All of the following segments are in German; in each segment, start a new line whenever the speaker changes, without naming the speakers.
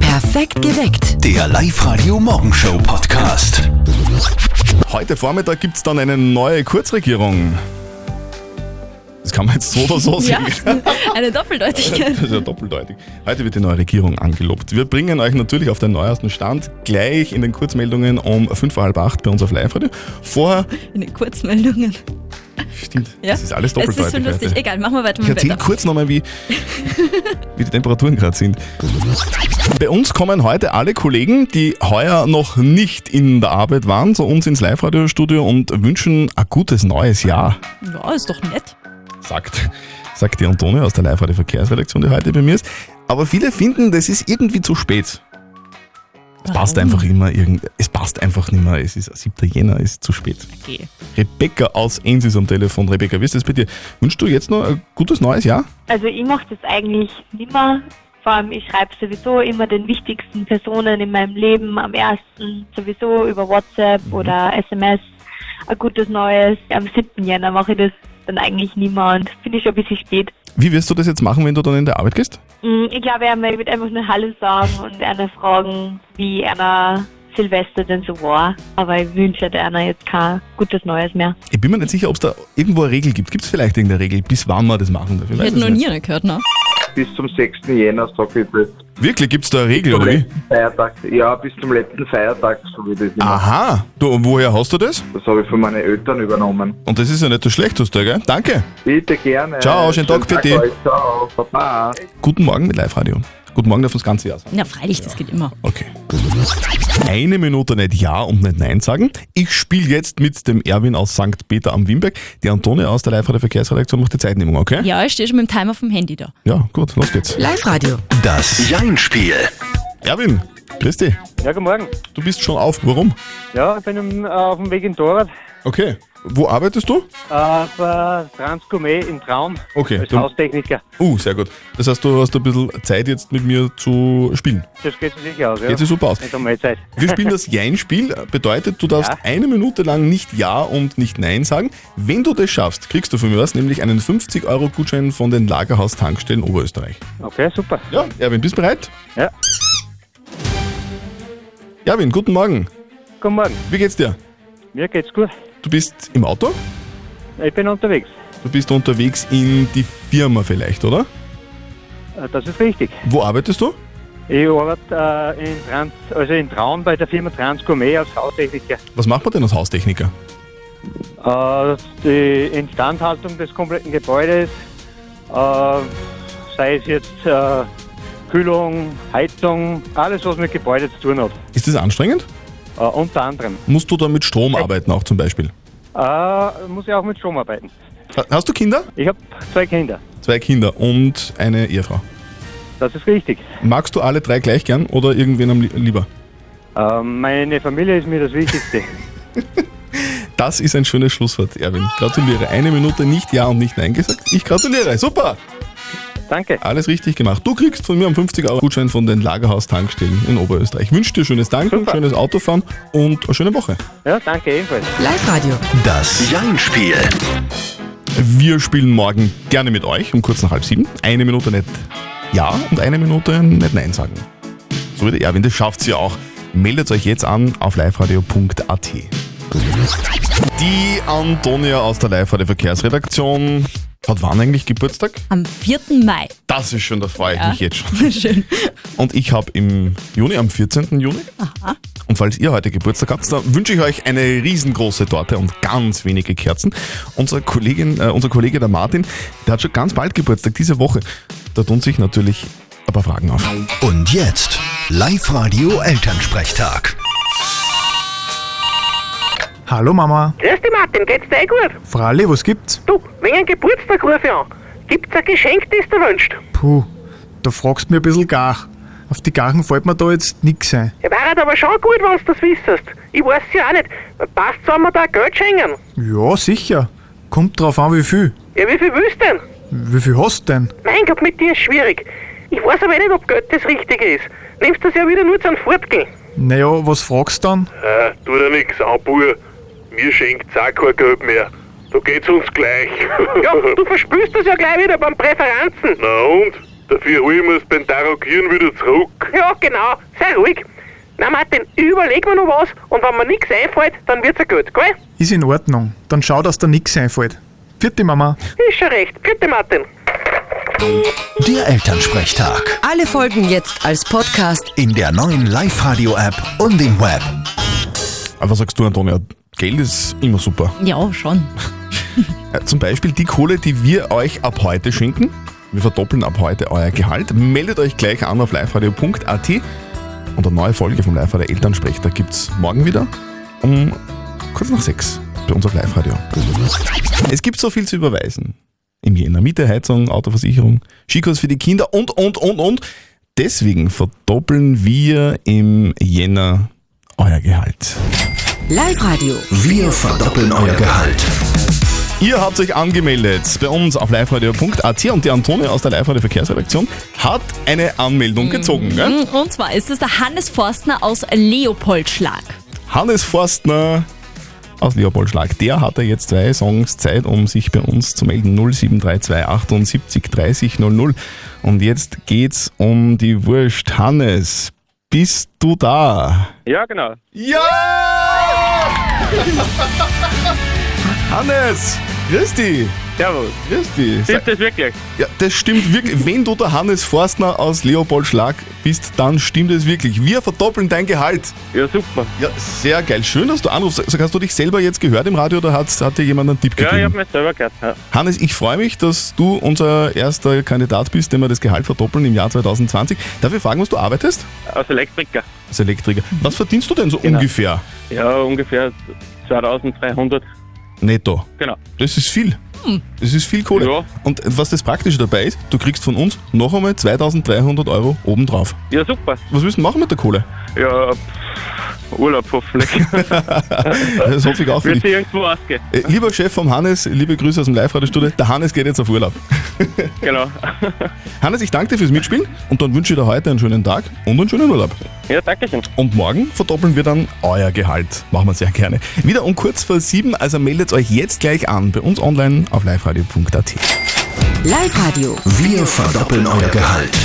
Perfekt geweckt.
Der Live-Radio Morgenshow Podcast.
Heute Vormittag gibt es dann eine neue Kurzregierung. Das kann man jetzt so oder so
Ja,
sehen.
eine Doppeldeutigkeit.
Das ist ja doppeldeutig. Heute wird die neue Regierung angelobt. Wir bringen euch natürlich auf den neuesten Stand gleich in den Kurzmeldungen um 5 vor halb acht bei uns auf Live-Radio. Vorher,
In den Kurzmeldungen.
stimmt,
Ja.
das ist alles
Es ist so
doppeldeutig.
lustig.
heute.
Egal, machen wir weiter
ich
mit dem
erzähle
Wetter.
kurz nochmal, wie, wie die Temperaturen gerade sind. Bei uns kommen heute alle Kollegen, die heuer noch nicht in der Arbeit waren, zu uns ins Live-Radio-Studio und wünschen ein gutes neues Jahr.
Ja, ist doch nett.
sagt, sagt die Antonia aus der Live-Radio Verkehrsredaktion, die heute bei mir ist. Aber viele finden, das ist irgendwie zu spät. Es passt einfach immer irgend, es passt einfach nicht mehr. Es ist 7. Jänner, es ist zu spät.
Okay.
Rebecca aus Enns ist am Telefon. Rebecca, wie ist das bei dir? Wünschst du jetzt noch ein gutes neues Jahr?
Also ich mache das eigentlich nimmer. Vor allem, ich schreibe sowieso immer den wichtigsten Personen in meinem Leben am ersten, sowieso über WhatsApp oder SMS ein gutes Neues. Am 7. Jänner mache ich das dann eigentlich nimmer und finde ich schon ein bisschen spät.
Wie wirst du das jetzt machen, wenn du dann in der Arbeit gehst?
Mm, Ich glaube, einmal, ich würde einfach nur Hallo sagen und einer fragen, wie einer Silvester denn so war. Aber ich wünsche der einer jetzt kein gutes Neues mehr.
Ich bin mir nicht sicher, ob es da irgendwo eine Regel gibt. Gibt es vielleicht irgendeine Regel, bis wann man das machen darf? Ich
Ich
weiß
hätte
es
noch
nicht.
nie eine gehört, ne?
bis zum 6. Jänner, sag ich das.
Wirklich, gibt es da eine Regel,
Zum
oder wie?
letzten Feiertag, ja, bis zum letzten Feiertag, so wie das immer.
Aha, du, und woher hast du das?
Das habe ich von meinen Eltern übernommen.
Und das ist ja nicht das Schlechteste, gell? Danke.
Bitte gerne.
Ciao, schönen Tag für dich.
euch. Ciao, Baba. Guten
Guten Morgen mit Live-Radio. Guten Morgen darf das ganze Jahr sein.
Na, freilich, das geht immer.
Okay. Eine Minute nicht Ja und nicht Nein sagen. Ich spiele jetzt mit dem Erwin aus St. Peter am Wimberg. Die Antone aus der Live-Radio Verkehrsredaktion macht die Zeitnehmung, okay?
Ja, ich stehe schon mit dem Timer vom Handy da.
Ja, gut, los geht's.
Live-Radio.
Das Jein-Spiel.
Erwin, Christi,
Ja, guten Morgen.
du bist schon auf. Warum?
Ja, ich bin im, äh, auf dem Weg in Torwart,
Okay. Wo arbeitest du?
äh, bei Transgourmet im Traum
Okay.
als
Du,
Haustechniker.
uh, sehr gut. Das heißt, du hast ein bisschen Zeit jetzt mit mir zu spielen.
Das geht sich sicher aus, ja.
Geht sich super aus.
Nicht um Mahlzeit.
Wir spielen das Jein-Spiel. Bedeutet, du darfst
Ja.
eine Minute lang nicht Ja und nicht Nein sagen. Wenn du das schaffst, kriegst du von mir was, nämlich einen 50-Euro-Gutschein von den Lagerhaus-Tankstellen Oberösterreich.
Okay, super.
Ja, Erwin, bist du bereit?
Ja.
Erwin, guten Morgen.
Guten Morgen.
Wie geht's dir?
Mir geht's gut.
Du bist im Auto?
Ich bin unterwegs.
Du bist unterwegs in die Firma vielleicht, oder?
Äh, Das ist richtig.
Wo arbeitest du?
Ich arbeite äh, in, Trans, also in Traun bei der Firma Transgourmet als Haustechniker.
Was macht man denn als Haustechniker?
Äh, die Instandhaltung des kompletten Gebäudes, äh, sei es jetzt äh, Kühlung, Heizung, alles, was mit Gebäude zu tun hat.
Ist das anstrengend?
Äh, unter anderem.
Musst du da mit Strom arbeiten auch zum Beispiel?
Äh, muss ich auch mit Strom arbeiten.
Ha- Hast du Kinder?
Ich habe zwei Kinder.
Zwei Kinder und eine Ehefrau.
Das ist richtig.
Magst du alle drei gleich gern oder irgendwen am li- lieber?
Äh, meine Familie ist mir das Wichtigste.
Das ist ein schönes Schlusswort, Erwin. Gratuliere. Eine Minute nicht Ja und nicht Nein gesagt. Ich gratuliere. Super.
Danke.
Alles richtig gemacht. Du kriegst von mir einen 50-Euro-Gutschein von den Lagerhaus-Tankstellen in Oberösterreich. Ich wünsche dir schönes Tanken,
Super.
schönes Autofahren und eine schöne Woche.
Ja, danke ebenfalls.
Live-Radio.
Das Jein-Spiel.
Wir spielen morgen gerne mit euch um kurz nach halb sieben. Eine Minute nicht Ja und eine Minute nicht Nein sagen. So wie der Erwin, das schafft ihr auch. Meldet euch jetzt an auf liveradio.at. Die Antonia aus der Live-Radio-Verkehrsredaktion hat wann eigentlich Geburtstag?
Am 4. Mai.
Das ist schon, da freue ich
Ja.
mich jetzt schon.
Schön.
Und ich habe im Juni, am 14. Juni. Und falls ihr heute Geburtstag habt, dann wünsche ich euch eine riesengroße Torte und ganz wenige Kerzen. Unsere Kollegin, äh, unser Kollege der Martin, der hat schon ganz bald Geburtstag, diese Woche. Da tun sich natürlich ein paar Fragen auf.
Und jetzt Live-Radio Elternsprechtag.
Hallo Mama.
Grüß dich Martin, geht's dir eh gut?
Fralli, was gibt's?
Du, wegen Geburtstag rufe ich an. Gibt's ein Geschenk, das du wünschst?
Puh, da fragst du mir ein bisschen gar. Auf die Garchen fällt mir da jetzt nix ein.
Ja, wäre halt aber schon gut, wenn du das wissest. Ich weiß ja auch nicht. Passt, soll man da Geld schenken?
Ja, sicher. Kommt drauf an, wie viel.
Ja, wie viel willst du denn?
Wie viel hast du denn?
Mein Gott, mit dir ist schwierig. Ich weiß aber eh nicht, ob Geld das Richtige ist. Nimmst das ja wieder nur zum Fortgehen.
Naja, was fragst du dann?
Äh, tu dir nix an, Bur. Mir schenkt's auch kein Geld mehr. Da geht's uns gleich.
Ja, du verspürst das ja gleich wieder beim Präferenzen.
Na und? Dafür hol ich mir's beim Tarogieren wieder zurück.
Ja, genau. Sei ruhig. Na Martin, überleg mir noch was und wenn mir nichts einfällt, dann wird's ja gut, gell?
Ist in Ordnung. Dann schau, dass da nichts einfällt. Vierte Mama.
Ist schon recht. Bitte Martin.
Der Elternsprechtag.
Alle Folgen jetzt als Podcast.
In der neuen Live-Radio-App und im Web.
Aber was sagst du, Antonia? Geld ist immer super.
Ja, schon.
Äh, Zum Beispiel die Kohle, die wir euch ab heute schenken. Wir verdoppeln ab heute euer Gehalt. Meldet euch gleich an auf liveradio.at und eine neue Folge vom Live-Radio Elternsprechtag gibt's morgen wieder um kurz nach sechs bei uns auf Live-Radio. Es gibt so viel zu überweisen. Im Jänner Miete, Heizung, Autoversicherung, Skikurs für die Kinder und, und, und, und. Deswegen verdoppeln wir im Jänner euer Gehalt.
Live-Radio.
Wir verdoppeln euer Gehalt.
Ihr habt euch angemeldet bei uns auf liveradio.at und die Antonia aus der Live-Radio Verkehrsredaktion hat eine Anmeldung gezogen. Gell?
Mm, Und zwar ist es der Hannes Forstner aus Leopoldschlag.
Hannes Forstner aus Leopoldschlag, der hatte jetzt zwei Songs Zeit, um sich bei uns zu melden. 0732 78 30 00. Und jetzt geht's um die Wurst. Hannes, bist du da?
Ja, genau.
Ja! Hannes, grüß dich!
Servus.
Grüß dich! Sag-
das wirklich?
Ja, das stimmt wirklich. Wenn du der Hannes Forstner aus Leopoldschlag bist, dann stimmt es wirklich. Wir verdoppeln dein Gehalt.
Ja, super.
Ja, sehr geil. Schön, dass du anrufst. Also hast du dich selber jetzt gehört im Radio oder hat, hat dir jemand einen Tipp gegeben?
mir selber gehört.
Hannes, ich freue mich, dass du unser erster Kandidat bist, dem wir das Gehalt verdoppeln im Jahr 2020. Darf ich fragen, was du arbeitest?
Als Elektriker.
Als Elektriker. Was verdienst du denn so
Genau.
ungefähr
Ja, ungefähr 2300.
netto?
Genau.
Das ist viel. Das ist viel Kohle.
Ja.
Und was das Praktische dabei ist, du kriegst von uns noch einmal 2300 Euro obendrauf.
Ja, super.
Was willst du machen mit der Kohle?
Ja, pff, Urlaub hoffentlich.
Das hoffe ich auch für
Wird
dich.
sich irgendwo ausgehen.
Äh, Lieber Chef vom Hannes, liebe Grüße aus dem Live-Radio-Studio. Der Hannes geht jetzt auf Urlaub.
Genau.
Hannes, ich danke dir fürs Mitspielen und dann wünsche ich dir heute einen schönen Tag und einen schönen Urlaub.
Ja, danke schön.
Und morgen verdoppeln wir dann euer Gehalt. Machen wir sehr gerne. Wieder um kurz vor sieben, also meldet euch jetzt gleich an bei uns online auf liveradio.at.
Live-Radio.
Wir verdoppeln euer Gehalt.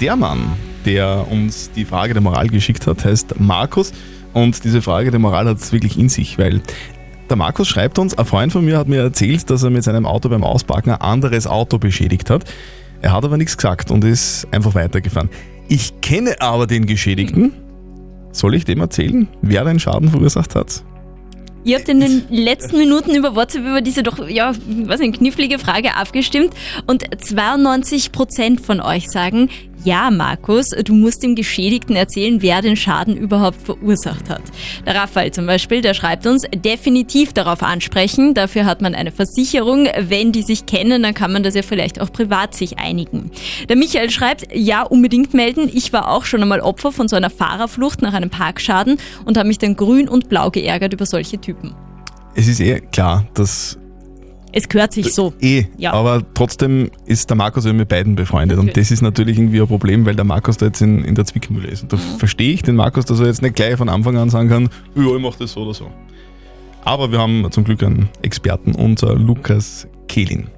Der Mann, der uns die Frage der Moral geschickt hat, heißt Markus. Und diese Frage der Moral hat es wirklich in sich, weil der Markus schreibt uns, ein Freund von mir hat mir erzählt, dass er mit seinem Auto beim Ausparken ein anderes Auto beschädigt hat. Er hat aber nichts gesagt und ist einfach weitergefahren. Ich kenne aber den Geschädigten. Soll ich dem erzählen, wer den Schaden verursacht hat?
Ihr habt in den letzten Minuten über WhatsApp über diese doch, ja, was eine knifflige Frage abgestimmt und 92% von euch sagen, ja, Markus, du musst dem Geschädigten erzählen, wer den Schaden überhaupt verursacht hat. Der Raphael zum Beispiel, der schreibt uns, definitiv darauf ansprechen. Dafür hat man eine Versicherung. Wenn die sich kennen, dann kann man das ja vielleicht auch privat sich einigen. Der Michael schreibt, ja, unbedingt melden. Ich war auch schon einmal Opfer von so einer Fahrerflucht nach einem Parkschaden und habe mich dann grün und blau geärgert über solche Typen.
Es ist eh klar, dass
Es gehört sich so.
eh,
Ja.
aber trotzdem ist der Markus eben mit beiden befreundet und
Okay.
das ist natürlich irgendwie ein Problem, weil der Markus da jetzt in, in der Zwickmühle ist. Und da
Mhm.
verstehe ich den Markus, dass er jetzt nicht gleich von Anfang an sagen kann, ja, ich mache das so oder so. Aber wir haben zum Glück einen Experten, unser Lukas Kehlin.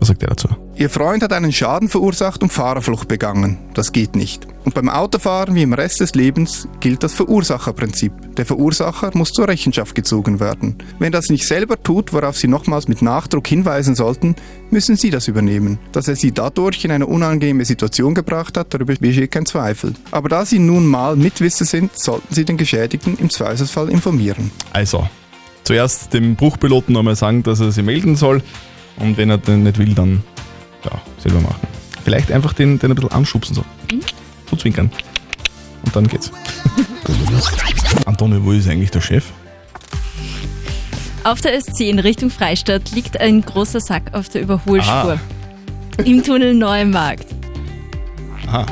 Was sagt er dazu?
Ihr Freund hat einen Schaden verursacht und Fahrerflucht begangen. Das geht nicht. Und beim Autofahren wie im Rest des Lebens gilt das Verursacherprinzip. Der Verursacher muss zur Rechenschaft gezogen werden. Wenn das nicht selber tut, worauf Sie nochmals mit Nachdruck hinweisen sollten, müssen Sie das übernehmen. Dass er Sie dadurch in eine unangenehme Situation gebracht hat, darüber besteht kein Zweifel. Aber da Sie nun mal Mitwisser sind, sollten Sie den Geschädigten im Zweifelsfall informieren.
Also, zuerst dem Bruchpiloten nochmal sagen, dass er sich melden soll und wenn er den nicht will, dann ja, selber machen. Vielleicht einfach den, den ein bisschen anschubsen, so, so zwinkern. Und dann geht's. Antonio, wo ist eigentlich der Chef?
Auf der S10 in Richtung Freistadt liegt ein großer Sack auf der Überholspur.
Ah.
Im Tunnel Neumarkt.
Aha.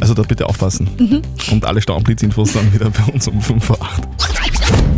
Also da bitte aufpassen. Und alle Staunblitzinfos dann wieder bei uns um 5 vor 8.